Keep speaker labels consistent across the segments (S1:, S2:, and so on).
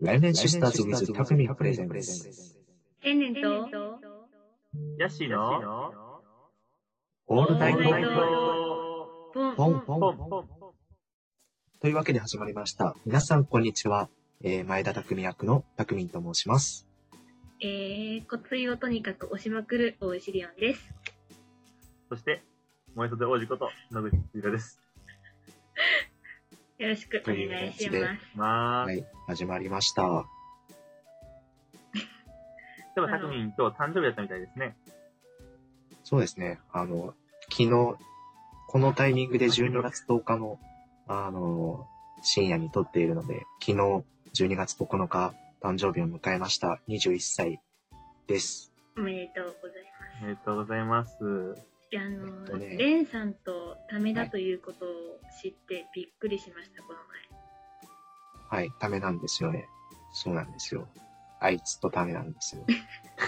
S1: 来年出発 with 匠プレゼンツ。
S2: 天然と
S3: ヤッシーの
S1: オールナイト
S2: オールナイトポン
S1: ポ
S2: ポ
S1: ン
S2: ン
S1: ポ
S3: ポン
S1: ン。
S3: ポンポン。
S1: というわけで始まりました。皆さん、こんにちは。えー、前田匠役の匠と申します。
S2: えー、骨髄をとにかく押しまくる大石リオンです。
S3: そして、燃えとで王子こと野口千尋です。
S2: よろしくお願いします。
S3: まあ、
S1: はい、始まりました。
S3: でもたくみん今日誕生日だったみたいですね。
S1: そうですね。あの、昨日、このタイミングで12月10日の、あの、深夜に撮っているので、昨日、12月9日、誕生日を迎えました。21歳です。
S2: おめでとうございま
S3: おめでとうございます。
S2: す。あ
S1: えっ
S2: の、
S1: とね
S2: レンさんとダメだということを知ってびっくりしました、この
S1: はい、ためなんですよね。そうなんですよ。あいつとためなんですよ。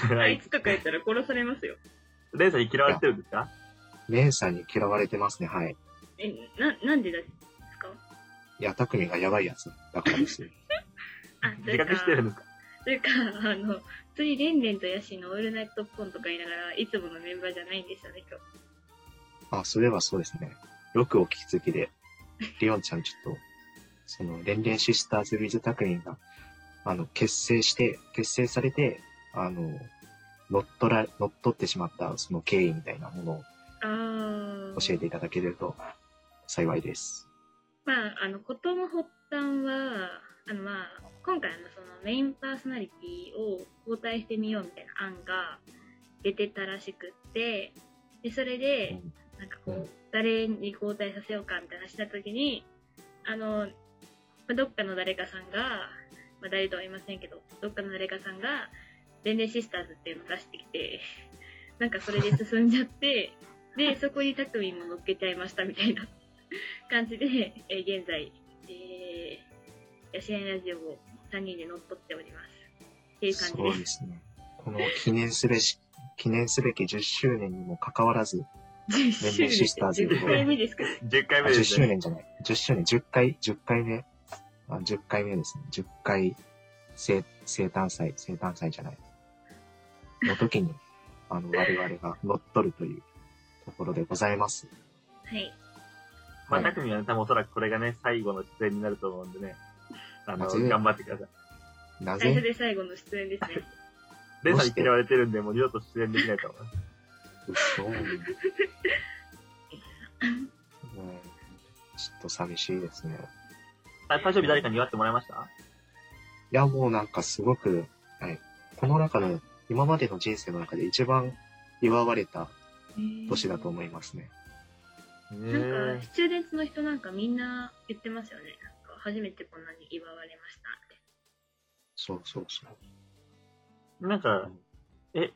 S2: 前。
S3: は
S2: あ
S3: い
S2: い。つとか言ったら殺されますよ。
S3: レイさんに嫌われてるんですか
S1: メンさんに嫌われてますね、はい。
S2: え、な、なんでだですか
S1: いや、たくみがやばいやつだから ですよ。
S2: あ、とい
S3: 自
S2: うか
S3: 覚、してるんですか
S2: というか、あの、普通にレンレンとヤシのオールナイトポンとか言いながら、いつものメンバーじゃないんですよね、今日。
S1: あ、それはそうですね。よくお気づきで、リオンちゃんちょっと、その、連連シスターズ・ウィズ・タクミンが、あの、結成して、結成されて、あの、乗っ取ら、乗っ取ってしまった、その経緯みたいなもの
S2: あ
S1: を教えていただけると幸いです。
S2: まあ、あの、ことの発端は、あの、まあ、今回のそのメインパーソナリティを交代してみようみたいな案が出てたらしくって、で、それで、なんかこ
S1: うん
S2: う、誰に交代させようかみたいな話した時に、あの、まあどっかの誰かさんが、まあ、誰とは言いませんけど、どっかの誰かさんが、全然シスターズっていうのを出してきて、なんかそれで進んじゃって、で、そこにタクミンも乗っけちゃいましたみたいな 感じで、えー現在、えー、ヤシエンラジオを3人で乗っ取っております。っていう感じ
S1: そ
S2: で
S1: う
S2: す。
S1: ですね。この記念すべし、記念すべき10周年にもかかわらず、
S2: 10周
S1: レンレンシスターズ
S2: 年10回目ですか
S3: ?10 回
S1: あ
S3: 目で
S1: 10
S3: す
S1: 周
S3: ね。
S1: 年じゃない。10周年、10回、10回目。あ10回目ですね。10回生、生誕祭、生誕祭じゃない。の時に、あの、我々が乗っ取るというところでございます。
S2: はい。
S3: ま
S1: は
S3: あ、た
S1: い。
S3: くみんはね多分おそらくこれがね、最後の出演になると思うんでね。あの、
S1: まずい
S3: 頑張ってください。
S1: な
S2: 最初
S1: ぜ、
S2: で最後の出演ですね。
S3: レイさんに嫌われてるんで、もう二度と出演できないと思います。
S1: 嘘をうんちょっと寂しいですね。
S3: あ誕生日誰かに祝ってもらいました
S1: いや、もうなんかすごく、はい。この中の、今までの人生の中で一番祝われた年だと思いますね。
S2: なんか、スチューデンツの人なんかみんな言ってますよね。なんか、初めてこんなに祝われましたって。
S1: そうそうそう。
S3: なんか、え、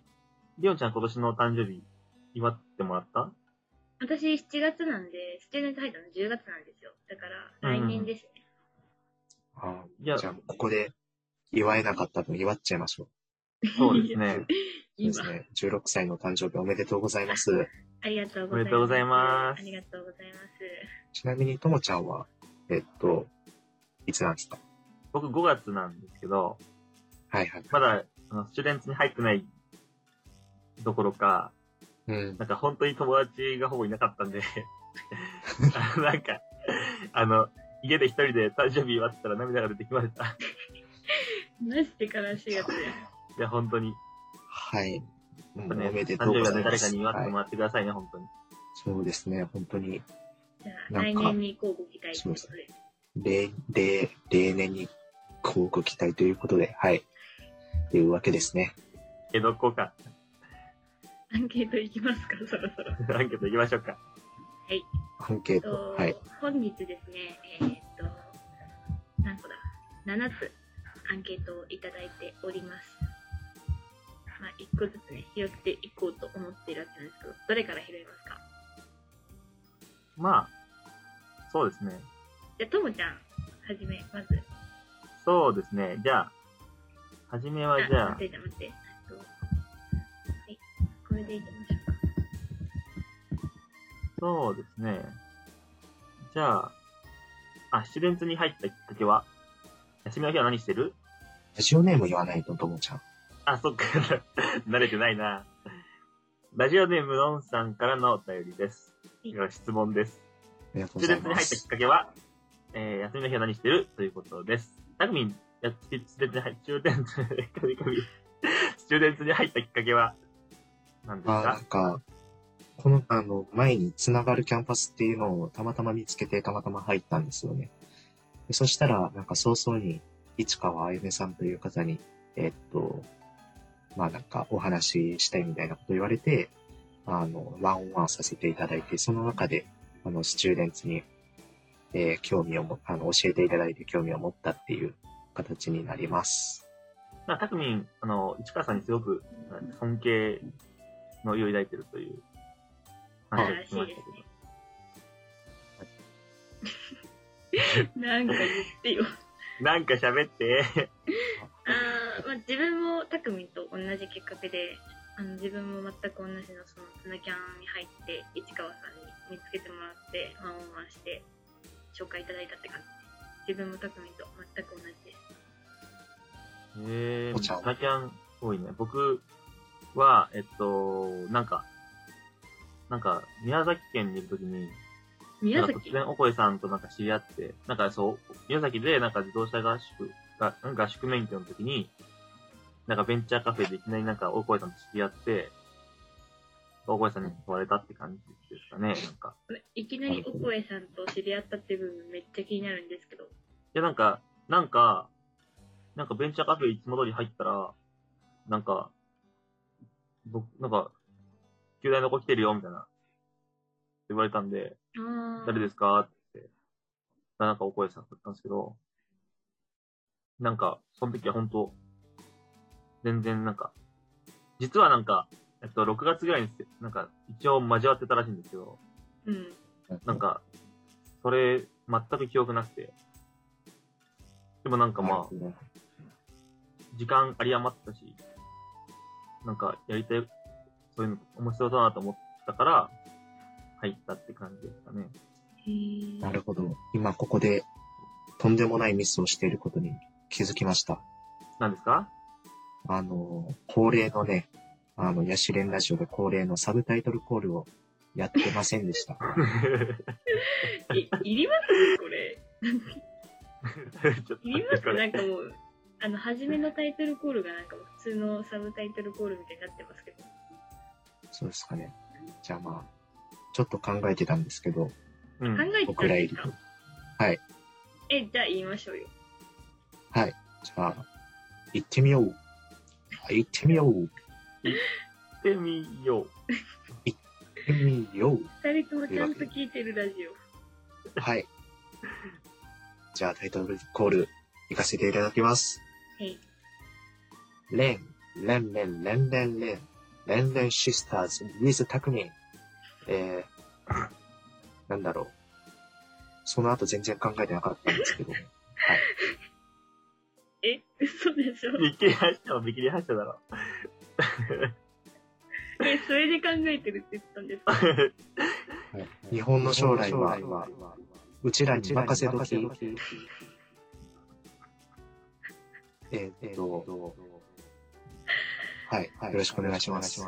S3: りおんちゃん今年の誕生日祝ってもらった
S2: 私、7月なんで、スチューデンツ入ったの10月なんですよ。だから、来年ですね。
S1: あ
S3: いや
S1: じゃあ、ここで祝えなかった分祝っちゃいましょう。
S3: そうですね。
S1: そうで
S2: 今
S1: すね。16歳の誕生日おめでとうございます。
S2: ありがとう
S3: おめでとうございます
S2: ありがとうございます。
S1: ちなみに、ともちゃんは、えっと、いつなんですか
S3: 僕5月なんですけど、
S1: はいはい。
S3: まだ、あの、スチューデンツに入ってないどころか、
S1: うん。
S3: なんか本当に友達がほぼいなかったんで、 あのなんか、あの、家で一人で誕生日祝ってたら涙が出てきました。
S2: マジで悲しいやつです。
S3: いや、本当に。
S1: はい。うんお
S3: やっぱね
S1: めでと
S3: 誕
S1: うござ
S3: 生日はね、
S1: いま
S3: 誰か
S1: す。
S3: に祝って
S1: はい
S3: もらってくださいね、本当に。
S1: そうですね。本当に、
S2: じゃあ、
S1: な
S2: 来
S1: んか
S2: 年にこうご期待ということで。
S1: 例、例、例年に、こうご期待ということで、はい。っていうわけですね。
S3: 江戸っ子か。
S2: アンケートいきますか、そろそろ。
S3: アンケート行きましょうか。
S1: アンケー
S2: えっと
S1: ト。はい。
S2: 本日ですね、えーっと、何個だ ?7 つアンケートをいただいております。まあ、1個ずつね、拾っていこうと思っているわけなんですけど、どれから拾いますか
S3: まあ、そうですね。
S2: じゃあ、ともちゃん、はじめ、まず。
S3: そうですね。じゃあ、はじめはじゃあ
S2: 待、って、待って。えっとはい、これでいきましょうか。
S3: そうですね。じゃあ、あ、スチューデンツに入ったきっかけは、休みの日は何してる
S1: ラジオネーム言わないと、ともちゃん。
S3: あ、そっか。 慣れてないな。ラジオネームのんさんからのお便りです。では質問です。
S1: ありがとうご
S3: 中
S1: ざい
S3: 絶に
S1: ま
S3: 入ったきっ
S1: す。
S3: かけは、えー、休みの日は何してるということです。タグミン、や中絶に入った、 中絶、カミカミ中絶に入ったきっかけは、何です
S1: まあ、な
S3: か
S1: んか、この、あの、前につながるキャンパスっていうのをたまたま見つけて、たまたま入ったんですよね。でそしたら、なんか早々に、市川あゆめさんという方に、えっと、まあなんかお話ししたいみたいなこと言われて、あの、ワンオンワンさせていただいて、その中で、あの、スチューデンツに、えー興味をも、あの、教えていただいて興味を持ったっていう形になります。
S3: まあ、たくみん、あの、市川さんにすごく尊敬の意を抱いてるという話を聞きましたけど。
S2: なんか言ってよ。
S3: なんか喋って、
S2: あーまあ、自分もたくみんと同じきっかけであの自分も全く同じのそのツナキャンに入って市川さんに見つけてもらってワンオンワンして紹介いただいたって感じ自分もたくみんと全く同じです
S3: え
S1: お茶を
S3: ー、タキャン多いね。僕は、えっと、なんか、なんか、宮崎県にいるときに、な
S2: 宮
S3: んか
S2: 崎
S3: 突然、おこえさんとなんか知り合って、なんかそう、宮崎でなんか自動車合宿、がうん合宿免許の時に、なんかベンチャーカフェでいきなりなんかおこえさんと知り合って、おこえさんに誘われたって感じですかね、なんか。
S2: いきなりおこえさんと知り合ったっていう部分めっちゃ気になるんですけど
S3: いや、なんか、なんか、なんかベンチャーカフェいつも通り入ったら、なんか、僕、なんか、旧大の子来てるよ、みたいな、言われたんで、
S2: あ
S3: 誰ですかって、なんかお声さんだったんですけど、なんか、その時は本当全然なんか、実はなんか、えっと、6月ぐらいにす、なんか、一応交わってたらしいんですけど、
S2: うん
S3: なんか、それ、全く記憶なくて。でもなんかまあ、
S1: あ、
S3: 時間あり余ったし、なんかやりたい、そういうの面白そうだなと思ったから、入ったって感じですかね。
S2: へー
S1: なるほど。今ここで、とんでもないミスをしていることに気づきました。
S3: なんですか
S1: あの、恒例のね、あの、ヤシレンラジオで恒例のサブタイトルコールをやってませんでした。
S2: いいりますこれ
S3: ちょっと
S2: いりますなんかもうあの初めのタイトルコールがなんかもう普通のサブタイトルコールみたいになってますけど
S1: そうですかね。じゃあまあ、ちょっと考えてたんですけど、
S3: う
S2: 考
S3: ん。
S2: えて
S1: 僕
S2: たん
S1: ら
S2: で
S1: 入
S2: す
S1: り
S2: か
S1: と。はい。
S2: え、じゃあ言いましょうよ。
S1: はい。じゃあ、行ってみよう。はい行ってみよう。行
S3: 行ってみよう。
S1: ってみよう。
S2: 二人ともちゃんと聞いてるラジ
S1: はい。じゃあタイトルコール行かせていただきます。
S2: オ。はい。
S1: レン、レンレン、レンレンレン、レンレンシスターズ、ウィズ・タクミン。えー、なんだろう。その後全然考えてなかったんですけど、
S2: え、嘘でしょ
S3: 見切り発 車は見切り発車だろ。
S2: え、それで考えてるって言ってたんですか
S1: 日本の将来は、うちらに任せとき、えーっと、はい、よろしくお願いします。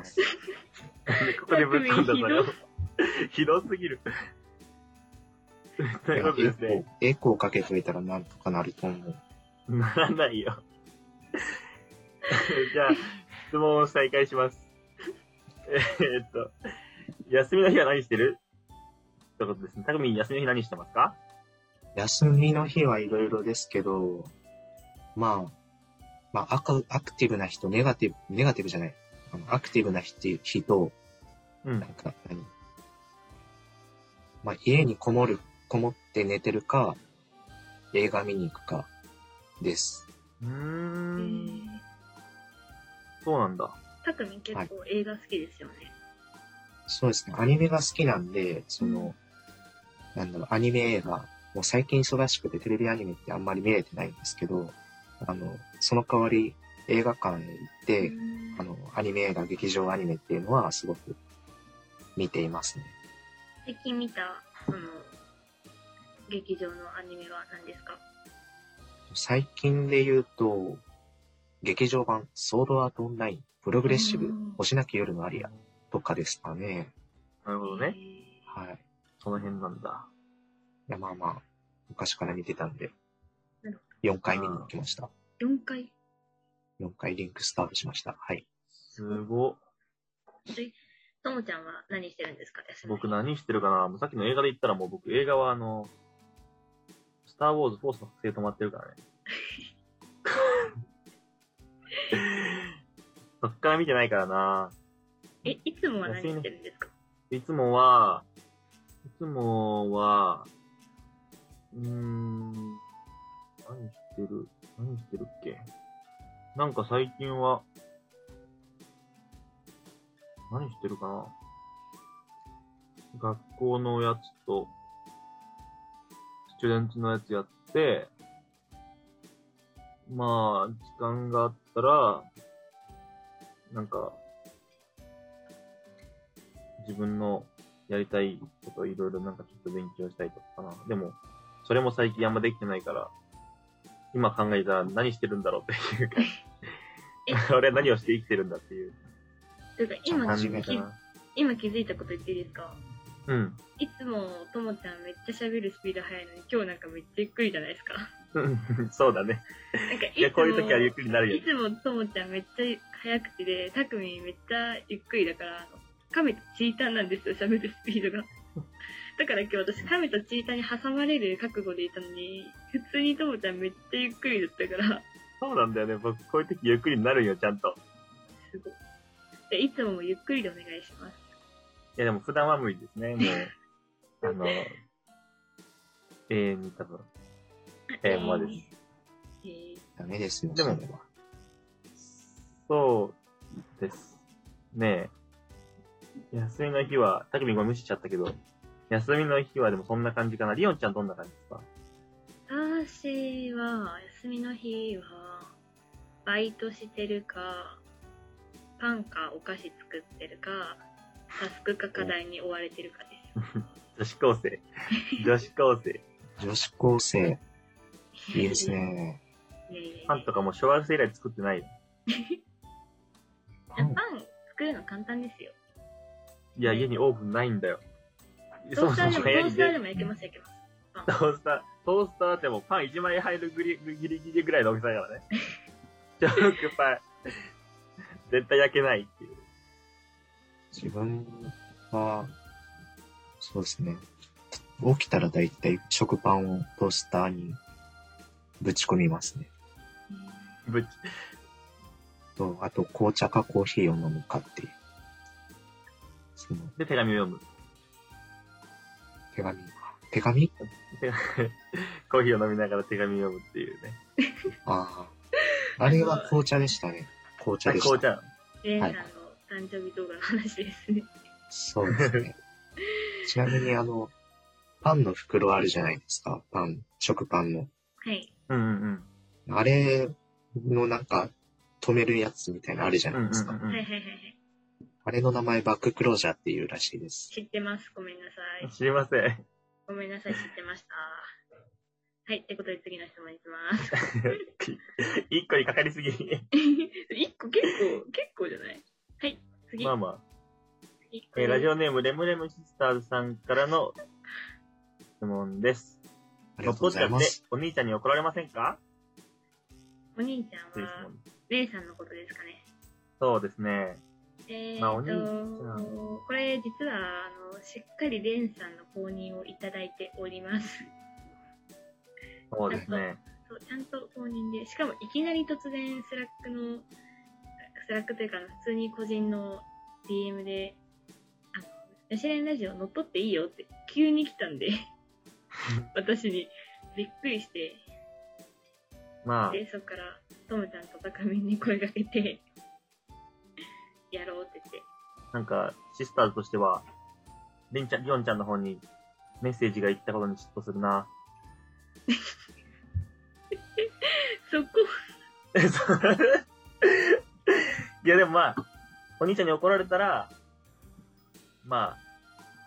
S3: ここでぶっ込んだのよ。 ひどす ぎる。ということですね。
S1: エコーかけといたらなんとかなると思う。
S3: ならないよ。 じゃあ、質問を再開します。 えーっと、休みの日は何してるってことですね。たくみん、休みの日何してますか
S1: 休みの日はいろいろですけど、まあ、まあアク、アクティブな人、ネガティブ、ネガティブじゃない。あのアクティブな人人、
S3: うん
S1: なん。か、何まあ、家にこもる、こもって寝てるか、映画見に行くか、です。
S3: う
S2: え
S3: ー
S2: ー
S3: ん。そうなんだ。
S2: たくみん結構映画好きですよね。
S1: そうですね。アニメが好きなんで、その、なんだろう、アニメ映画、もう最近忙しくてテレビアニメってあんまり見れてないんですけど、あの、その代わり映画館へ行って、
S2: うん
S1: あの、アニメ映画、劇場アニメっていうのはすごく見ていますね。
S2: 最近見た、その、劇場のアニメは何ですか
S1: 最近で言うと、劇場版ソードアートオンライン、プログレッシブ、
S2: うん
S1: 星なき夜のアリアとかですかね。
S3: なるほどね。
S1: はい。い
S3: その辺なんだ。
S1: や、まあまあ、昔から見てたんで
S2: なる、
S1: 4回見に行きました。
S2: えー。4回。
S1: 4回リンクスタートしました。はい。
S3: すごっ。
S2: ともちゃんは何してるんですか休み
S3: 僕何してるかなもうさっきの映画で言ったらもう僕映画はあの、スター・ウォーズ・フォースの撮影止まってるからね。 そっから見てないからな
S2: え、いつもは何してるんですか
S3: いつもは、いつもは、うーん、何してる何してるっけなんか最近は、何してるかな学校のやつと、スチュデンツのやつやって、まあ、時間があったら、なんか、自分のやりたいことをいろいろなんかちょっと勉強したりとかかな。でも、それも最近あんまできてないから、今考えたら何してるんだろうっていうか
S2: え、
S3: 俺は何をして生きてるんだっていう
S2: というか今
S1: 感
S2: 気
S1: じ
S2: づ
S1: が
S2: き
S3: かな。
S2: 今気づいたこと言っていいですか
S3: うん。
S2: いつもともちゃんめっちゃ喋るスピード速いのに今日なんかめっちゃゆっくりじゃないですか。
S3: うんそうだね。
S2: なんかいつ
S3: いや、こういう時はゆっ
S2: も
S3: くりになるよ
S2: い
S3: ね。
S2: つもともちゃんめっちゃ早口で、たくみんめっちゃゆっくりだから、あの亀とチーターなんですよ、喋るスピ ードが。だから今日私、亀とチーターに挟まれる覚悟でいたのに、普通にともちゃんめっちゃゆっくりだったから、
S3: そうなんだよね。僕、こういう時ゆっくりになるよ、ちゃんと。
S2: すごい。じゃあいつももゆっくりでお願いします。
S3: いや、でも普段は無理で すね。もう、あの、永遠に多分。えーまあです
S2: えー
S1: ダメですよ、
S3: でも
S1: それは
S3: そうです。ねえ。休みの日は、たくみんごめん無視しちゃったけど、休みの日はでもそんな感じかな。りおんちゃんどんな感じですか
S2: 私は、休みの日は、バイトしてるか、パンかお菓子作ってるか、タスクか課題に追われてるかです。
S3: 女子高 生。女子高生。
S1: 女子高生、いいですね。
S2: いやいやいや。
S3: パンとかもう小学生以来作ってない。
S2: パン作るの簡単ですよ。
S3: いや、家にオーブンないんだよ。
S2: トースターでも、ト
S3: 家
S2: ー
S3: に
S2: スター
S3: で
S2: でも焼けます焼けます。
S3: トースター、トースターってもうパン1枚入るぐりギリギリぐらいの大きさだか らね。ジョークパン。絶対焼けないっていう。
S1: 自分は、そうですね。起きたらだいたい食パンをトースターにぶち込みますね。
S3: ぶっち、
S1: と、あと紅茶かコーヒーを飲むかっていう。その
S3: で手紙を読む。
S1: 手紙。手紙
S3: コーヒーを飲みながら手紙を読むっていうね。
S1: ああ。あれは紅茶でしたね。紅茶でした。
S3: 紅茶。
S2: レンさ
S1: は
S2: ん
S1: い
S2: の誕生日動画の話ですね。
S1: そうです ね。ちなみにあの、パンの袋あるじゃないですか。パン、食パンの。
S2: はい。
S3: うんうん
S1: あれのなんか、止めるやつみたいなのあるじゃ
S3: うん。う
S1: ない
S3: ん
S1: ですか。
S3: うん
S2: はいは
S3: う
S2: い
S3: ん。
S2: はいはい。
S1: あれの名前バッククロージャーっていうらしいです。
S2: 知ってます。ごめんなさい。
S3: 知りません。
S2: ごめんなさい、知ってました。はい、ってことで次の質問いきます。
S3: 一個にかかり すぎ。
S2: 一個結構、結構じゃないはい、次。
S3: まあまあ。
S2: 一個
S3: えーラジオネーム、レムレムシスターズさんからの質問です。
S1: ありがとうございま
S3: 乗っ取っちゃ
S1: す
S3: って。お兄ちゃんに怒られませんか
S2: お兄ち
S3: と
S2: ゃ
S3: い
S2: ん
S3: う質
S2: は、
S3: 問です
S2: レイさんのことですかね。
S3: そうですね。
S2: えー
S3: まあお兄ちゃ
S2: と、これ実は、あの、しっかりレンさんの公認をいただいております。
S3: そうですね。
S2: そう、ちゃんと公認で、しかもいきなり突然スラックの、スラックというか、普通に個人の DM で、あの、吉田ラジオ乗っ取っていいよって急に来た んで、私にびっくりして、
S3: まあ、
S2: で、そこから、トムちゃんと高めに声かけて、やろうって言って、
S3: なんか、シスターズとしては、りんちゃん、りおんちゃんの方にメッセージが行ったことに嫉妬するな。
S2: そこ、
S3: いや、でもまあ、お兄ちゃんに怒られたら、まあ、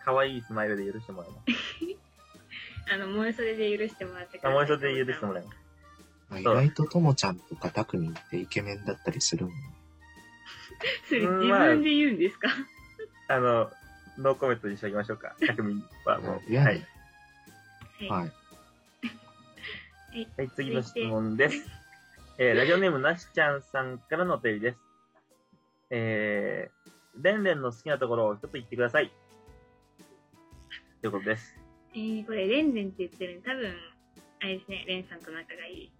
S3: 可愛いスマイルで許してもらえます。
S2: あの、萌え袖で許してもらってくださ
S3: あ
S2: い
S3: もう一つで許してもらえ
S2: トム
S1: まあ
S3: ます。
S1: 意
S3: そう
S1: 外とともちゃんとかたくみんってイケメンだったりするもんね。
S2: それ
S3: う
S2: 自
S3: ん
S2: 分で言うんですか、
S3: あの、ノーコメントにしてあげましょうか。匠はもう。
S1: いや
S3: は
S1: ね
S3: い。
S2: は
S1: は
S2: い。
S1: い。
S3: はい、次の質問です。えーラジオネームなしちゃんさんからのお便りです。えー、レンレンの好きなところを一つ言ってください。ということです。
S2: えー、これ、レンレンって言ってるんで、多分、あれですね、レンさんと仲がいい。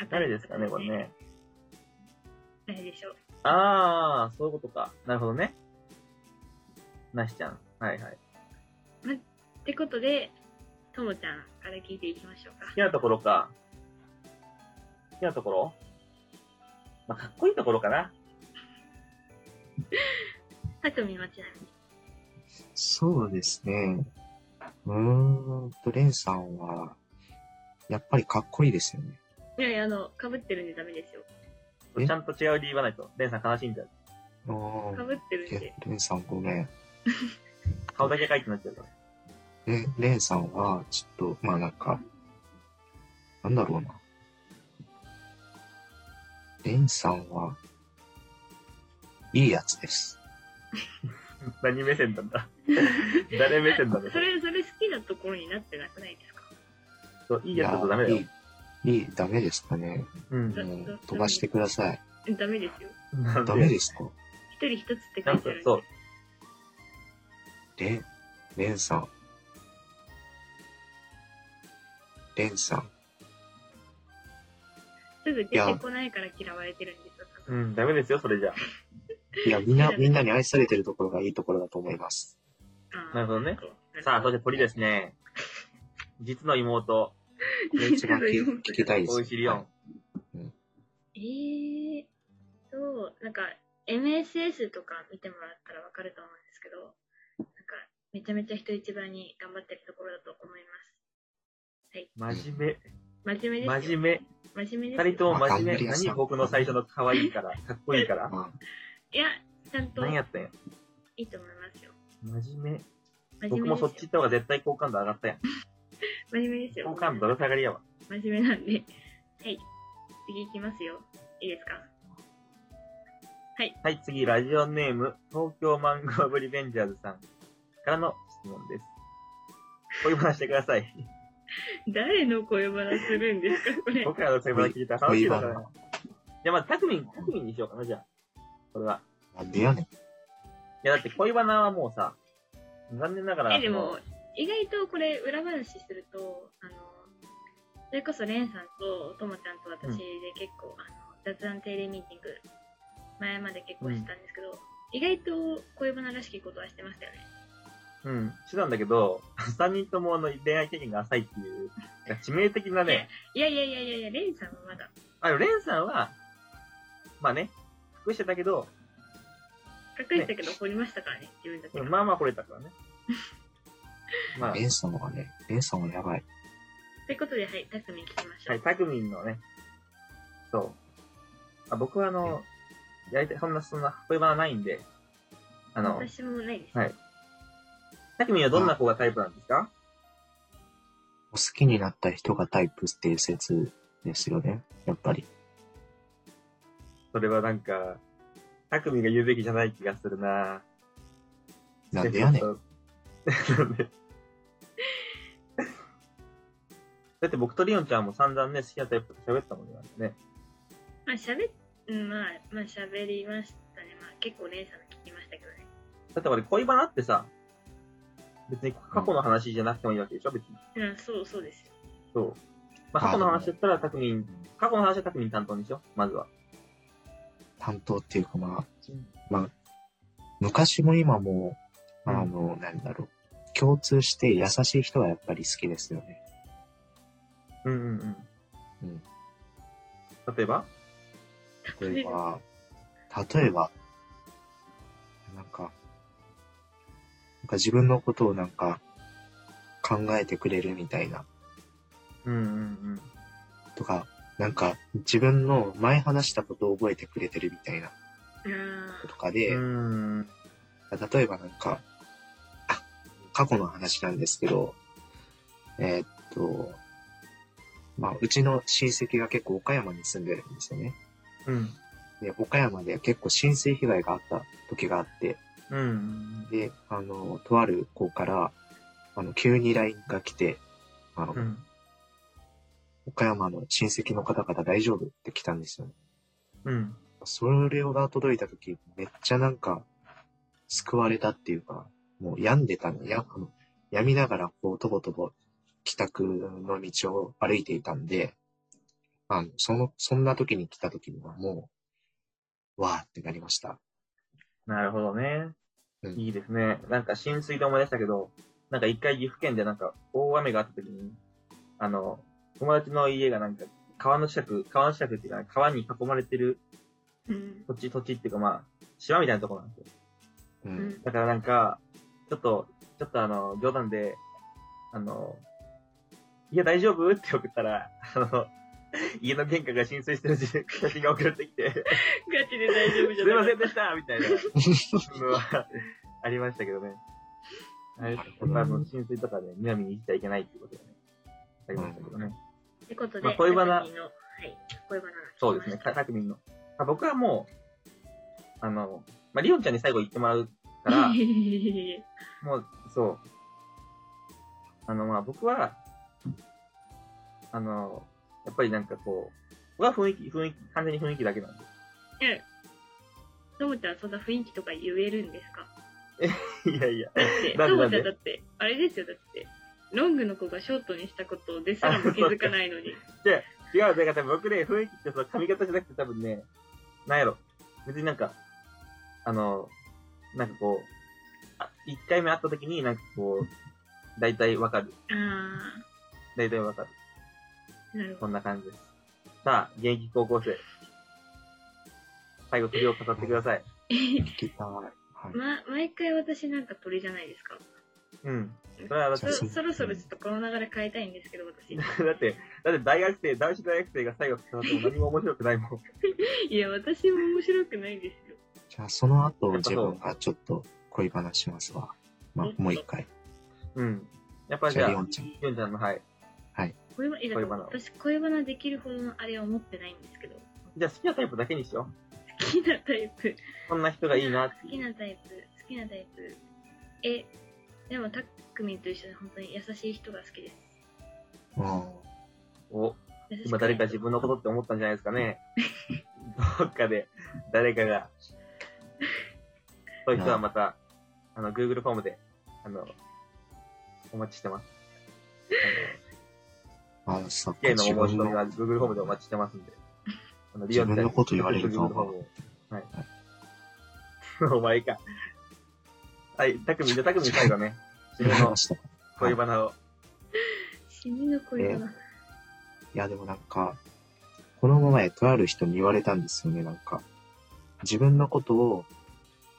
S2: あ
S3: 誰ですかね、これ。ね。
S2: 誰でしょう。
S3: あー、そういうことか。なるほどね。なしちゃん。はいはい。
S2: ってことで、ともちゃんから聞いていきましょうか
S3: 好。きなところか。好きなところまあ、かっこいいところかな。
S2: たくみはちなみに。
S1: そうですね。うーんと、レンさんは、やっぱりかっこいいですよね。
S2: いやいや、あの、被ってるんでダメですよ。
S1: え
S3: ちゃんと違う理由言わないと。レンさん悲しいんだよ。
S1: あ
S2: 被
S1: ー
S2: ってるん
S1: え
S2: で。
S1: レンさんごめん。
S3: 顔だけ書いてなっちゃうから。
S1: え、レンさんは、ちょっと、まあなんか、なんだろうな。レンさんは、いいやつです。
S3: 何目線なんだ 誰目線だろう
S2: それ、それ好きなところになってなくないですか
S3: そういいやつだとダメだ
S1: い
S3: よ。
S1: やいい、いいダメですかね。
S3: うん
S2: だ
S1: もう飛ばしてください。
S2: ダメですよ。
S3: なん
S1: ダメですか
S2: 一人一つって
S3: な
S2: 書い
S3: んか
S2: てあるんで。
S3: そう。
S1: レン、レンさん。レンさん。
S2: すぐ出てこないから嫌われてるんですよ。多分
S3: うん、ダメですよ、それじゃ
S1: いや、みんな、みんなに愛されてるところがいいところだと思います。
S2: あー
S3: なるほどね。
S2: そう
S3: さあ、そして鳥ですね。実の妹、
S1: これ一番聞聞きたいです。
S3: 大石リオン。
S2: えーっと、なんか、MSS とか見てもらったらわかると思うんですけど、なんか、めちゃめちゃ人一倍に頑張ってるところだと思い
S3: 真面
S2: ます。真面
S3: 目、
S2: 目です
S3: 真
S2: よ。真面
S3: 面目。
S2: 目
S3: 二
S2: です
S3: 人
S2: よ。
S3: とも真面
S1: まあ頑張り
S3: 目。
S1: 屋さん
S3: 何僕の最初の可愛いから、かっこいいから。
S1: まあ
S2: いや、ちゃんと
S3: 何やったんや。
S2: いいと思いますよ。
S3: 真面
S2: 真
S3: 目。
S2: 面
S3: 僕
S2: 目で
S3: も
S2: す
S3: そ
S2: よ
S3: っち行った方が絶対好感度上がったやん。
S2: 真面目ですよ
S3: 好。感度だだ下がりやわ。
S2: 真面目なんで。はい。次いきますよ。いいですか
S3: はい、次、ラジオネーム、東京マンゴーブリベンジャーズさんからの質問です。恋話してください。
S2: 誰の声話するんですかこれ。
S3: 僕らの恋話聞いたら楽しいだからね。じゃあ、まあ、たくみん、たくみんにしようかな、じゃあ。これは。
S1: なんでやねん。
S3: いや、だって恋バナはもうさ、残念ながら、
S2: えで
S3: そ
S2: も
S3: の
S2: 意外とこれ裏話するとあのそれこそレンさんとともちゃんと私で結構、あの雑談定例ミーティング前まで結構してたんですけど、意外と恋バナらしきことはしてましたよね
S3: うん、してたんだけど、3人 ともあの恋愛経験が浅いっていう、なんか致命的なね、
S2: いやいやいやいやいやレンさんはまだ
S3: あの、レンさんは、まあね、隠してたけど、
S2: 隠したけど掘りましたからね自分たちが、
S3: まあまあ惚れたか らね。まあ、
S1: レンさんはね、レンさんはやばい。
S2: ということではいタクミン聞きましょ
S3: は
S2: う、
S3: い、タクミンのね、そう。あ僕はあの、やりたい、そんな、そんな、恋バナないんで、あの、
S2: 私もないです、
S3: はいタクミンはどんな子がタイプなんですか
S1: お好きになった人がタイプっていう説ですよね。やっぱり。
S3: それはなんか、タクミンが言うべきじゃない気がするな
S1: なんでや ねん。
S3: なんでだって僕とリオンちゃんも散々ね、好きなタイプと喋ったもんねなんかね。
S2: まあしゃべうんまあまあ喋りましたねまあ結構レンさんの聞きましたけどね
S3: だって俺恋バナってさ、別に過去の話じゃなくてもいいわけでしょ、別に。
S2: うんそうそうですよ
S3: そう。まあ、過去の話だったら、タクミン、過去の話はタクミン担当にしよう、まずは。
S1: 担当っていうかまあ、昔も今も、あの、なんだろう。共通して優しい人はやっぱり好きですよね。
S3: うんうんう
S1: うんん。
S3: 例えば
S1: 例えば、例えば、なんか、なんか自分のことをなんか考えてくれるみたいな、
S3: うんうんうん。
S1: とか、なんか自分の前話したことを覚えてくれてるみたいな
S2: あ
S1: とかで、
S3: うん。
S1: 例えばなんか、あ、過去の話なんですけど、えーっと、まあ、うちの親戚が結構岡山に住んでるんですよね。
S3: うん。
S1: で、岡山で結構浸水被害があった時があって、
S3: うん。
S1: で、あの、とある子から、あの、急に LINE が来て、あの、
S3: うん。
S1: 岡山の親戚の方々大丈夫って来たんですよね。
S3: うん。
S1: それが届いた時、めっちゃなんか、救われたっていうか、もう病んでたの、や、あの病みながら、こう、とぼとぼ、帰宅の道を歩いていたんで、あの、その、そんな時に来た時にはもう、わーってなりました。
S3: なるほどね
S1: う。ん
S3: いいですね。なんか浸水で思い出したけど、なんか一回岐阜県でなんか大雨があった時に、あの、友達の家がなんか川の近く、川の近くっていうか、川に囲まれてる
S2: うん。
S3: 土地、土地っていうかまあ、島みたいなところなんですよ。
S1: う。
S2: うんん。
S3: だからなんか、ちょっと、ちょっとあの、冗談で、あの、いや大丈夫って送ったら、あの、家の玄関が浸水してる写真が送られてきて、
S2: ガチで大丈夫じ
S3: す
S2: ゃ
S3: いま
S2: な
S3: せ
S2: い
S3: んでしたみたいなのはありましたけどね。あれ、やっぱあの浸水とかで、むやみに生きちゃいけないっていうことがね、ありましたけどね。
S2: ってこと
S3: まあ
S2: で、
S3: 恋バナ
S2: さっきのはい。恋バナ。
S3: そうですね、たたくみんの。あ僕はもう、あの、まあ、りおんちゃんに最後言ってもらう
S2: い
S3: から
S2: やい、やいやいやいや
S3: もう、そう。あの、まあ、僕は、あの、やっぱりなんかこう、僕は雰囲気、雰囲気、完全に雰囲気だけなんで。
S2: え、 ともちゃんそんな雰囲気とか言えるんですか
S3: いやいや。
S2: だって、
S3: なん
S2: ともちゃ
S3: でなん
S2: ん
S3: で
S2: だって、あれですよ、だって。ロングの子がショートにしたことですらも気づかないのに。
S3: 違う、だから多分僕ね、雰囲気ってその髪型じゃなくて多分ね、なんやろ。別になんか、あの、なんかこう、あ一回目会った時になんかこう、大体わかる。
S2: あ
S3: 大体わかる。
S2: あ、なるほ
S3: こんな感じです。さあ、現役高校生。最後、首を飾ってください。
S2: ど。
S1: 聞きたい。はい。
S2: ま、毎回私なんか鳥じゃないですか。
S3: うん。それはだって
S1: そう
S2: そそろそろちょっとこの流れ変えたいんですけど、私。
S3: だって、だって大学生、男子大学生が最後語っても何も面白くないもん。
S2: いや、私も面白くないですよ。
S1: じゃあ、その後、
S3: やっぱ
S1: 自
S3: そう
S1: 分がちょっと恋話しますわ。まあ、もう一回。
S3: うん。やっぱじ
S1: じゃあ、
S3: ゃあ、
S1: り
S3: ユ
S1: ょ
S3: ン
S1: んちゃん。
S3: ちゃんの、はい。
S2: 恋バいやだから
S3: 恋バナ
S2: 私、恋バナできるほどのあれは持ってないんですけど。
S3: じゃあ好きなタイプだけにしよ
S2: 好きなタイプ。
S3: う。こんな人がいいなって
S2: 好
S3: い
S2: き
S3: う。
S2: なタイプ、好きなタイプ。え、でも、たっくみんと一緒に本当に優しい人が好きです。
S1: うん。
S3: お、
S2: 優しくな
S3: 今
S2: い
S3: 誰か自分のことって思ったんじゃないですかね。どっかで、誰かが。そういう人はまた、あの、Google フォームで、あの、お待ちしてます。あ
S1: あの、そっ
S3: の、
S1: か、
S3: ゲイの
S1: 自
S3: お
S1: 分
S3: 申し込み
S1: の
S3: は Google フォームでお待ちしてますんで。あの
S1: 自分のこと言われると
S3: Google フォームを お前か。はい、たくみ、じゃあたくみ最後 ね。自分の
S1: 話した。い
S3: 恋バナを。
S2: 死にの恋バナ。
S1: や、でもなんか、この前、とある人に言われたんですよね、なんか。自分のことを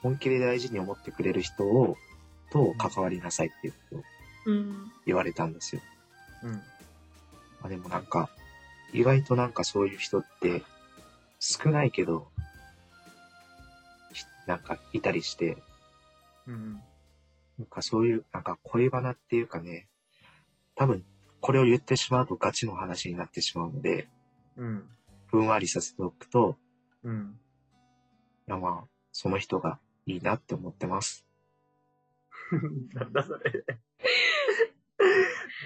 S1: 本気で大事に思ってくれる人を、と関わりなさいっていうことを
S2: うん。
S1: 言われたんですよ。
S3: うん。
S1: まあ、でもなんか、意外となんかそういう人って少ないけど、ひなんかいたりして、
S3: うん。
S1: なんかそういう、なんか恋バナっていうかね、多分これを言ってしまうとガチの話になってしまうので、
S3: うん。
S1: ふんわりさせておくと、
S3: うん。
S1: いやまあ、その人がいいなって思ってます。
S3: なんだそれ。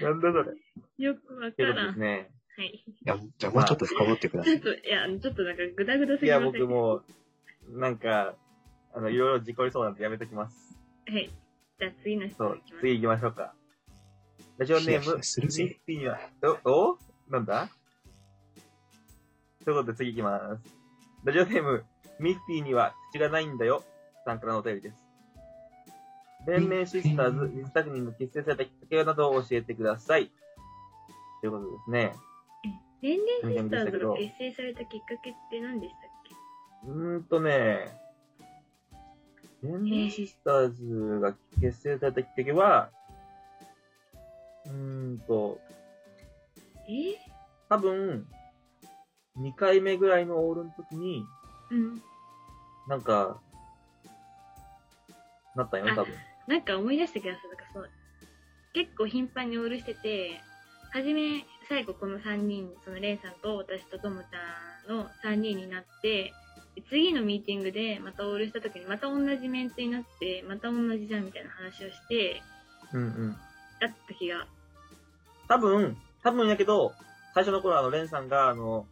S3: なんだそれ。
S2: よくわ
S3: と
S2: か
S3: いうこと
S2: ら
S3: です
S2: ん。
S3: ね。
S2: はい。
S1: いや、じゃあもうちょっと深掘ってくださ
S2: ちょっ
S1: い。
S2: と、いや、ちょっとなんかグダグダす
S3: い
S2: ぎま
S3: や、
S2: せん
S3: 僕も、なんか、あの、いろいろ事故りそうなんでやめときます。
S2: はい。じゃあ次の質
S3: そ
S2: 問
S3: う
S2: いきま、す。
S3: 次行きましょうか。ラジオネ
S1: ヒヤ
S3: ー
S1: ヒ
S3: ム、
S1: ヤするぜ
S3: ミッピーは、お、おなんだということで次行きます。ラジオネーム、ミッフィーには口がないんだよ、さんからのお便りです。連盟シスターズ、水田国の結成されたきっかけなどを教えてください。ということですね。
S2: 年齢シスターズが結成されたきっかけって何でしたっけ
S3: うーんとね、連盟シスターズが結成されたきっかけは、うーんと、
S2: え
S3: 多分、2回目ぐらいのオールの時に、
S2: うん。
S3: なんか、なったんよね、多分。
S2: なんか思い出した気がする。なんかそう、結構頻繁にオールしてて、初め、最後この3人、そのレンさんと私とともちゃんの3人になって、で次のミーティングでまたオールした時にまた同じメンツになって、また同じじゃんみたいな話をして、
S3: うんうん。
S2: だった気が。
S3: 多分、多分やけど、最初の頃あの、レンさんが、あの、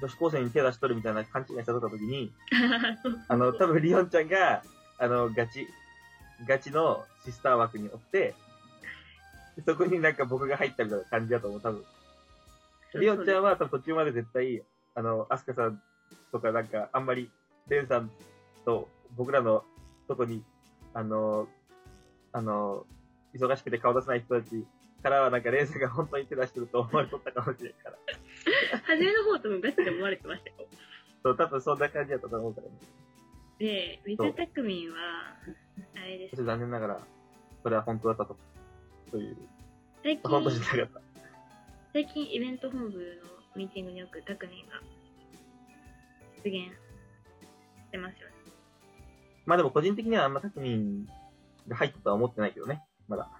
S3: 女子高生に手出しとるみたいな勘違いしたとった時に、あの、多分リオンちゃんが、あの、ガチ、ガチのシスター枠におって、そこになんか僕が入ったみたいな感じだと思う、多分。リオンちゃんは多分途中まで絶対、あの、アスカさんとかなんか、あんまり、レンさんと僕らのとこに、あの、あの、忙しくて顔出せない人たちからはなんかレンさんが本当に手出してると思われとったかもしれんから。
S2: 初めの方ともガチで思われてましたよ。
S3: そう、多分そんな感じだったと思うからね。
S2: で、水田くみんは、あれで
S3: ちょ
S2: す
S3: っと。残念ながら、それは本当だったと。という、
S2: 最
S3: 本当じゃ
S2: 近
S3: な、かった。
S2: 最近イベント本部のミーティングによくたくみんが出現してますよね。
S3: まあでも個人的にはあんまタクミンが入ったとは思ってないけどね。まだ。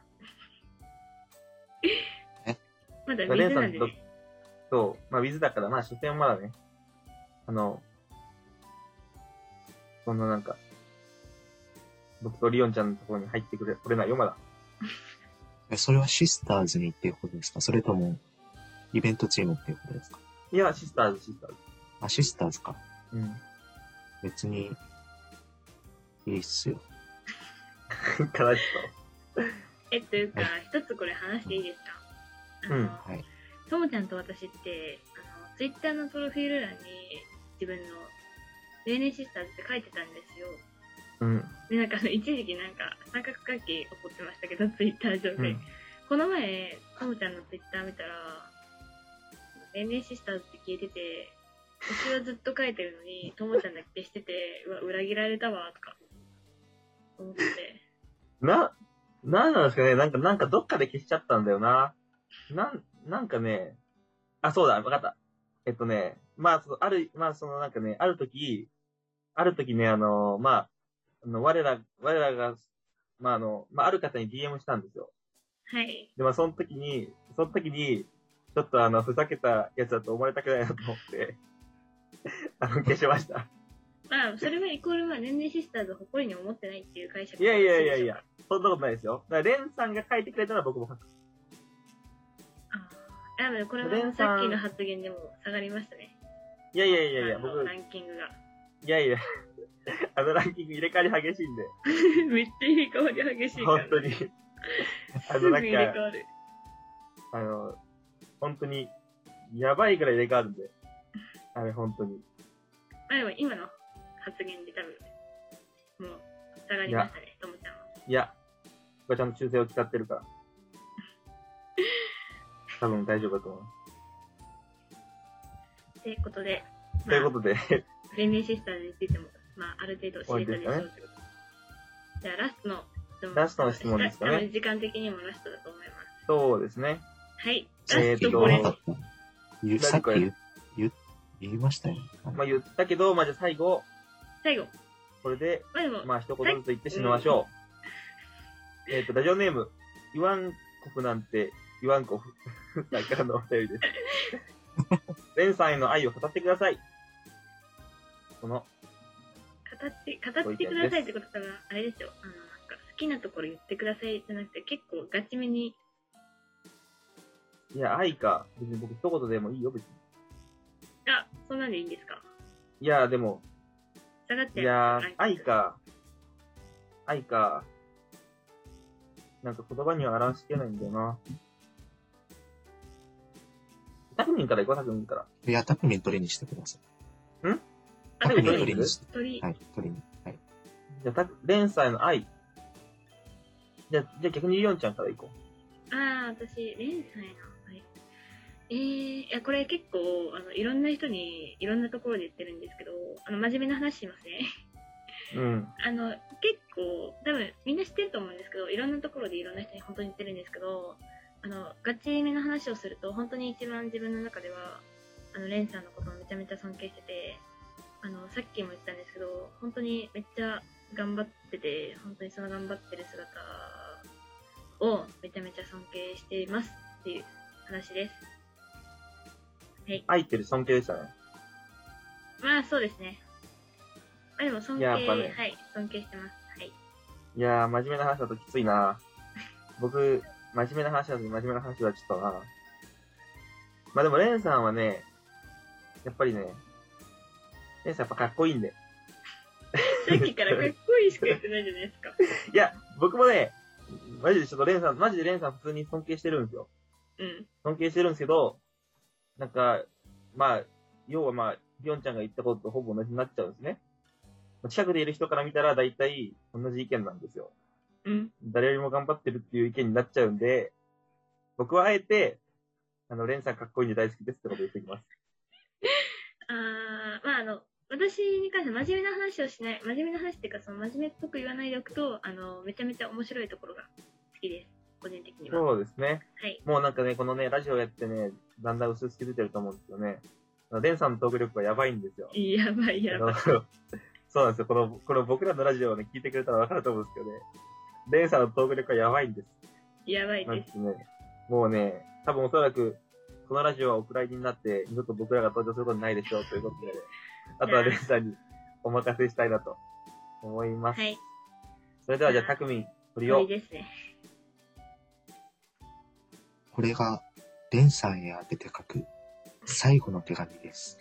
S2: まだ
S3: ま
S2: 水なんで
S3: あレンさん
S2: ね。
S3: そう。まあウィズだから、まあ初戦まだね。あの、そんななんか、僕とリオンちゃんのところに入ってくれ、これないよ、まだ。
S1: えそれはシスターズにっていうことですかそれとも、イベントチームっていうことですか
S3: いや、シスターズ、シスターズ。
S1: あ、シスターズか。
S3: うん。
S1: 別に、いいっすよ。
S3: からち
S2: え、というか
S1: は、
S2: 一つこれ話していいですか
S3: うん
S2: あの
S1: はい。
S2: ともちゃんと私って、あの、ツイッターのプロフィール欄に自分の DNA シスターズって書いてたんですよ。
S3: ょっと。うん。
S2: で、なんかあの一時期なんか三角関係起こってましたけど、ツイッター上で。
S3: うん。
S2: この前、ともちゃんのツイッター見たら、DNA シスターズって消えてて、私はずっと書いてるのに、ともちゃんだけ消してて、うわ、裏切られたわ、とか、思って。
S3: な、なんなんですかねなんか、なんかどっかで消しちゃったんだよな。なん、なんかね、あ、そうだ、わかった。えっとね、まあ、その、ある、まあ、そのなんかね、ある時、ある時ね、あの、まあ、あの、我ら、我らが、まあ、あの、まあ、ある方に DM したんですよ。
S2: はい。
S3: で、まあ、その時に、その時に、ちょっとあの、ふざけたやつだと思われたくないなと思って、 あの、消しました。
S2: まあ、それはイコール、まあ、年齢シスターズを誇りに思ってないっていう解釈
S3: いやいやいやいや。、そんなことないですよ。だから、レンさんが書いてくれたら僕も書く。
S2: あーあ、でもこれ
S3: レン
S2: はさ
S3: さん
S2: っきの発言でも下がりましたね。
S3: いやいやいやいや、
S2: あ
S3: 僕
S2: の、ランキングが。
S3: いやいや、あのランキング入れ替わり激しいんで、
S2: めっちゃ入れ替わり激しいから
S3: 本。当に、
S2: す
S3: あの
S2: ぐ
S3: なん
S2: 入れ替
S3: か、
S2: わる。
S3: あの、本当に、やばいぐらい入れ替わるんで、あれ本当に。
S2: まあでも今の発言で多分、もう下がりましたね、ともちゃんは。
S3: いや、僕はちゃんと修正を使ってるから、多分大丈夫だと思いま
S2: ということで、
S3: す。ということで、
S2: と連盟シスターズについても、まあ、ある程度知れたでしょうってことじゃあ、ラストの質問。
S3: ラストの質問ですかね
S2: 多分時間的にもラストだと思います。
S3: そうですね。
S2: はい。
S1: さっ
S3: え
S1: き
S3: ーと
S1: 言
S2: ラスト
S1: わなか。
S2: これ
S1: った。言うさっき言う言う言いましたよ、
S3: まあ言ったけど、まあじゃあ最後、
S2: 最後。
S3: これで、
S2: まあでも、
S3: まあ一言ずつ言ってしましょう。えっと、ラジオネーム、イワンコフなんて、イワンコフさんからのお便り です。レンさんへの愛を語ってください。この、
S2: 語って、語ってくださいってことから、あれですよ。あの、なんか、好きなところ言ってくださいじゃなくて、結構ガチめに、
S3: いや、愛か、別に僕一言でもいいよ、別に。
S2: あ、そんなんでいいんですか
S3: いや、でも、
S2: 下がっ
S3: い
S2: ちゃい
S3: や
S2: ますランキン、グ
S3: 愛か、愛か、なんか言葉には表しきれないんだよな。タクミンから行こう、タクミンから。
S1: いや、タクミン取りにしてください。タ
S2: あで
S1: ク
S2: も
S1: ミン
S2: 鳥
S1: 取りにして。
S2: 鳥、
S1: はい、取りに。はい。
S3: じゃあ、た連載の愛。じゃあ、じゃあ逆にリオンちゃんから行こ
S2: ああ、私、連載の、はい。えー、いや、これ結構、あの、いろんな人に、いろんなところで言ってるんですけど、あの、真面目な話しますね。
S3: う。うん。
S2: あの、結構、多分、みんな知ってると思うんですけど、いろんなところでいろんな人に本当に言ってるんですけど、あの、ガチめの話をすると、本当に一番自分の中では、あの、レンさんのことをめちゃめちゃ尊敬してて、あの、さっきも言ったんですけど、本当にめっちゃ頑張ってて、本当にその頑張ってる姿をめちゃめちゃ尊敬していますっていう話です。
S3: 愛ってる尊敬でしたね。
S2: まあそうですね。まあでも尊敬、
S3: やっぱね
S2: はい、尊敬してます。はい。
S3: いやー、真面目な話だときついな僕、真面目な話だと真面目な話はちょっとなまあでも、レンさんはね、やっぱりね、レンさんやっぱかっこいいんで。
S2: さっきからかっこいいしか言ってないじゃないですか。
S3: いや、僕もね、マジでちょっとレンさん、マジでレンさん普通に尊敬してるんですよ。
S2: うん。
S3: 尊敬してるんですけど、なんか、まあ、要はまあ、りょんちゃんが言ったこととほぼ同じになっちゃうんですね。近くでいる人から見たら大体同じ意見なんですよ。
S2: うん。
S3: 誰よりも頑張ってるっていう意見になっちゃうんで、僕はあえて、あの、レンさんかっこいいんで大好きですってこと言っておきます。
S2: あー、まああの、私に関しては真面目な話をしない、真面目な話っていうか、その真面目っぽく言わないでおくと、あの、めちゃめちゃ面白いところが好きです。個人的には。は
S3: そうですね。
S2: い。
S3: もうなんかね、このね、ラジオやってね、だんだん薄々気づいてると思うんですよね。あのレンさんのトーク力がやばいんですよ。
S2: やばいやばい。
S3: あの そうなんですよ。この、この僕らのラジオをね、聞いてくれたらわかると思うんですけどね。レンさんのトーク力がやばいんです。
S2: やばい
S3: なん
S2: で。
S3: ですすね。もうね、多分おそらく、このラジオはお蔵入りになって、二度と僕らが登場することにないでしょうということで、あとはレンさんにお任せしたいなと思います。
S2: はい。
S3: それではじゃあ、たくみん、振り
S2: いい
S3: を。
S2: ですね。
S1: これが、レンさんへ宛てて書く最後の手紙です。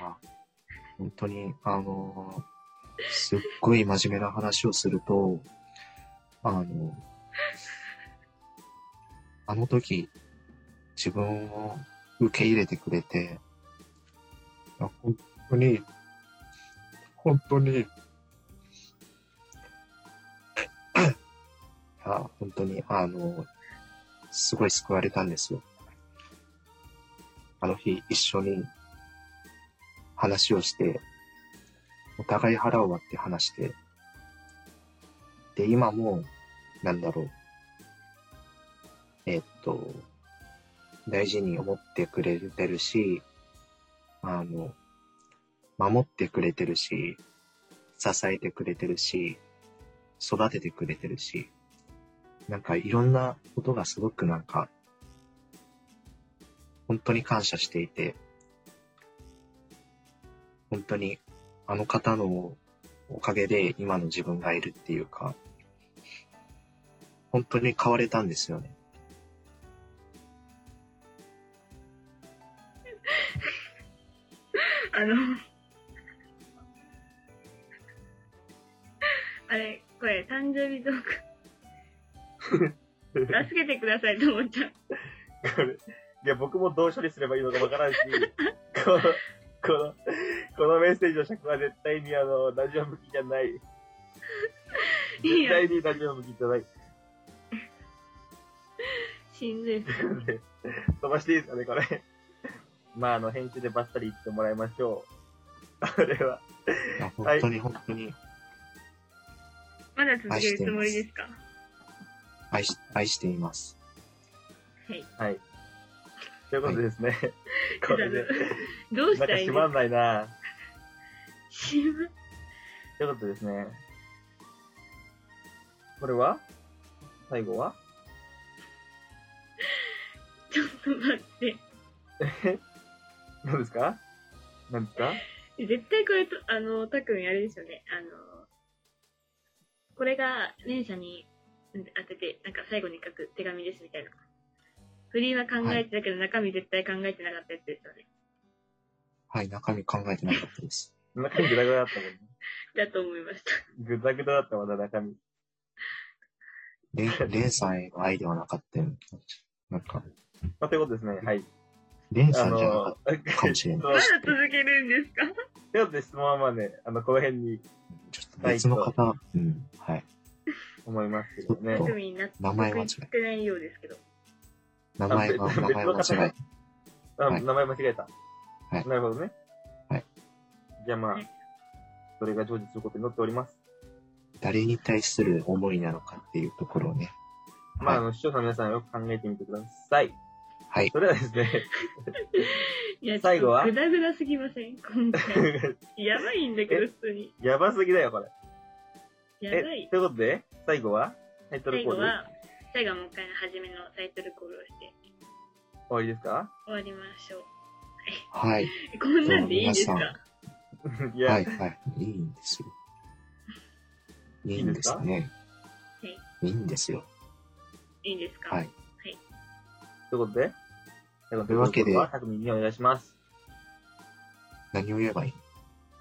S1: まあ、本当に、あのーすっごい真面目な話をすると、あのあの時、自分を受け入れてくれて、いや本当に、本当に、いや本当に、あのすごい救われたんですよ。あの日、一緒に話をして、お互い腹を割って話して、で、今も、なんだろう。えっと、大事に思ってくれてるし、あの、守ってくれてるし、支えてくれてるし、育ててくれてるし、なんかいろんなことがすごくなんか、本当に感謝していて、本当にあの方のおかげで今の自分がいるっていうか、本当に変われたんですよね。
S2: あの、 あれ、これ、誕生日トーク、助けてくださいと思っちゃう。
S3: これいや、僕もどう処理すればいいのかわからんし、 この、この、このメッセージの尺は絶対にあの、ラジオ向きじゃない。
S2: い
S3: 絶
S2: や、
S3: 対にラジオ向きじゃない。
S2: しんどいです。
S3: で飛ばしていいですかね、これ。まあ、あの、編集でばっさり言ってもらいましょう。あれは。
S1: いや
S3: はい
S1: 本当に本当に
S2: まだ続けるつもりですか
S1: 愛し愛しています。
S2: はい。
S3: はい。ということでですね、これで、
S2: どうした
S3: なんから
S2: いい
S3: 閉
S2: ん
S3: ま
S2: で
S3: んないな
S2: すか
S3: ということでですね、これは最後は
S2: ちょっと待って。
S3: 何ですか何ですか
S2: 絶対これと、あの、たくんあれですよね。あの、これが、年社にうん当てて、なんか最後に書く手紙ですみたいな。不倫は考えてたけど、中身絶対考えてなかったやつですよね。
S1: はい、中身考えてなかったです。
S3: 中身グダグダだったもんね。
S2: だと思いました。
S3: グダグダだったもんな、中身。
S1: レンレンさんへの愛ではなかったような気がしなんか、
S3: まあ、ということですね、はい。
S1: レン
S3: あ
S1: さんじゃなかっ
S3: の、
S1: たかもし れない。
S2: まだ続けるんですか
S3: ということで質問はまあね、あの、この辺に
S1: ちょっと別の方、うん、はい。
S3: 思いますけどね。
S2: 特にな
S1: 名前間違え
S2: 納得いってないようですけど。
S1: 名前が、
S3: あ別
S1: 名前間違
S3: 別の
S1: え
S3: 方
S1: た。
S3: あ、
S1: はい
S3: 名前間違えた。
S1: はい
S3: なるほどね。
S1: はい。
S3: じゃあまあ
S2: はい、
S3: それが成就することになっております。
S1: 誰に対する思いなのかっていうところをね。
S3: まあ、あ
S1: はい
S3: の、視聴者の皆さんよく考えてみてください。
S1: はい。
S3: それではですね、
S2: いや、
S3: 最後は
S2: ちょっとグダグダすぎません今 回。やばいんだけど、普通に。
S3: やばすぎだよ、これ。
S2: や
S3: え
S2: ばい、。
S3: ということで、最後はタイトル
S2: 最
S3: コー
S2: 後
S3: ル。
S2: は、最後はもう一回の初めのタイトルコールをして
S3: 終わりですか
S2: 終わりましょう。
S1: はい。
S2: えこんなんでいいんですか
S1: どうも
S3: いや、
S1: はい、はい。いいんですよ。いいんですね。いいんですよ。
S2: いいんですか
S1: はい。
S3: ということで、と
S1: というわけで
S3: 匠にお願いします。
S1: 何を言えばいい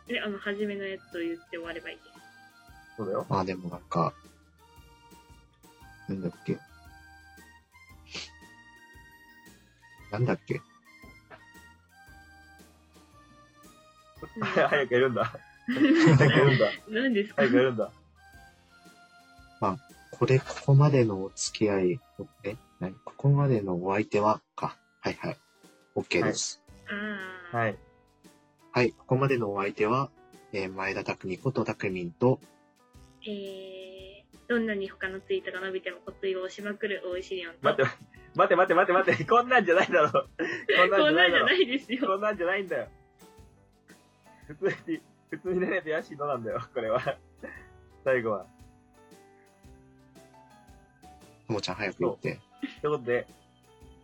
S2: で、あの、初めのやつを言って終わればいいです。
S3: そうだよ。
S1: あ、でもなんか、なんだっけ。なんだっけ。
S3: 早くやるんだ。
S2: うん
S3: 早くやるんだ。
S2: 何ですか
S3: 早くやるんだ。
S1: これ、ここまでのお付き合い、え何ここまでのお相手はか。はいはい。OK です。
S2: ああ、
S3: はい。
S1: はい、ここまでのお相手は、えー前田匠こと匠と、
S2: えー、どんなに他のツイートが伸びても、コツイを押しまくる大石りおんと。
S3: 待って、待って、待って、待って、待って、こんなんじゃないだろ。 こん
S2: こ
S3: なんじゃ
S2: ん
S3: な
S2: ないんじ
S3: だ
S2: ゃ
S3: ろ
S2: な。いですよ。
S3: こんなんじゃないんだよ。普通に、普通にね、悔しいのなんだよ、これは。最後は。
S1: ともちゃん早く言って、
S3: ということで、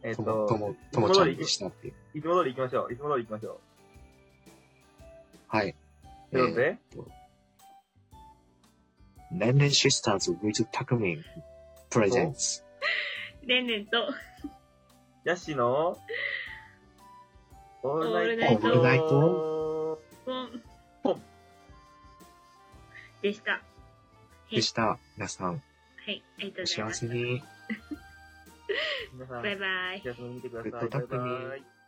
S3: えっ、
S1: とも、と
S3: と、
S1: も、ともちゃんでしたっていう。
S3: いつも通り行きましょう。いつも通り行きましょ
S1: はい。
S3: う。ということで、
S1: 年々シスターズ with 匠 presents
S2: レンレンと、
S3: ヤッシーの、オール
S2: オール
S1: ナ
S3: ナ
S1: イ
S3: イ
S1: ト
S3: ト。
S2: ポン。
S3: ポン。
S2: でした。
S1: でした。皆さん、
S2: はい、ありが
S1: お
S2: とうござい
S1: 幸
S2: ま
S1: せ
S2: す。
S1: に。
S3: 皆さん、
S2: バイバイ。
S3: 休み見てください。
S1: グッドタックに
S3: バイバイ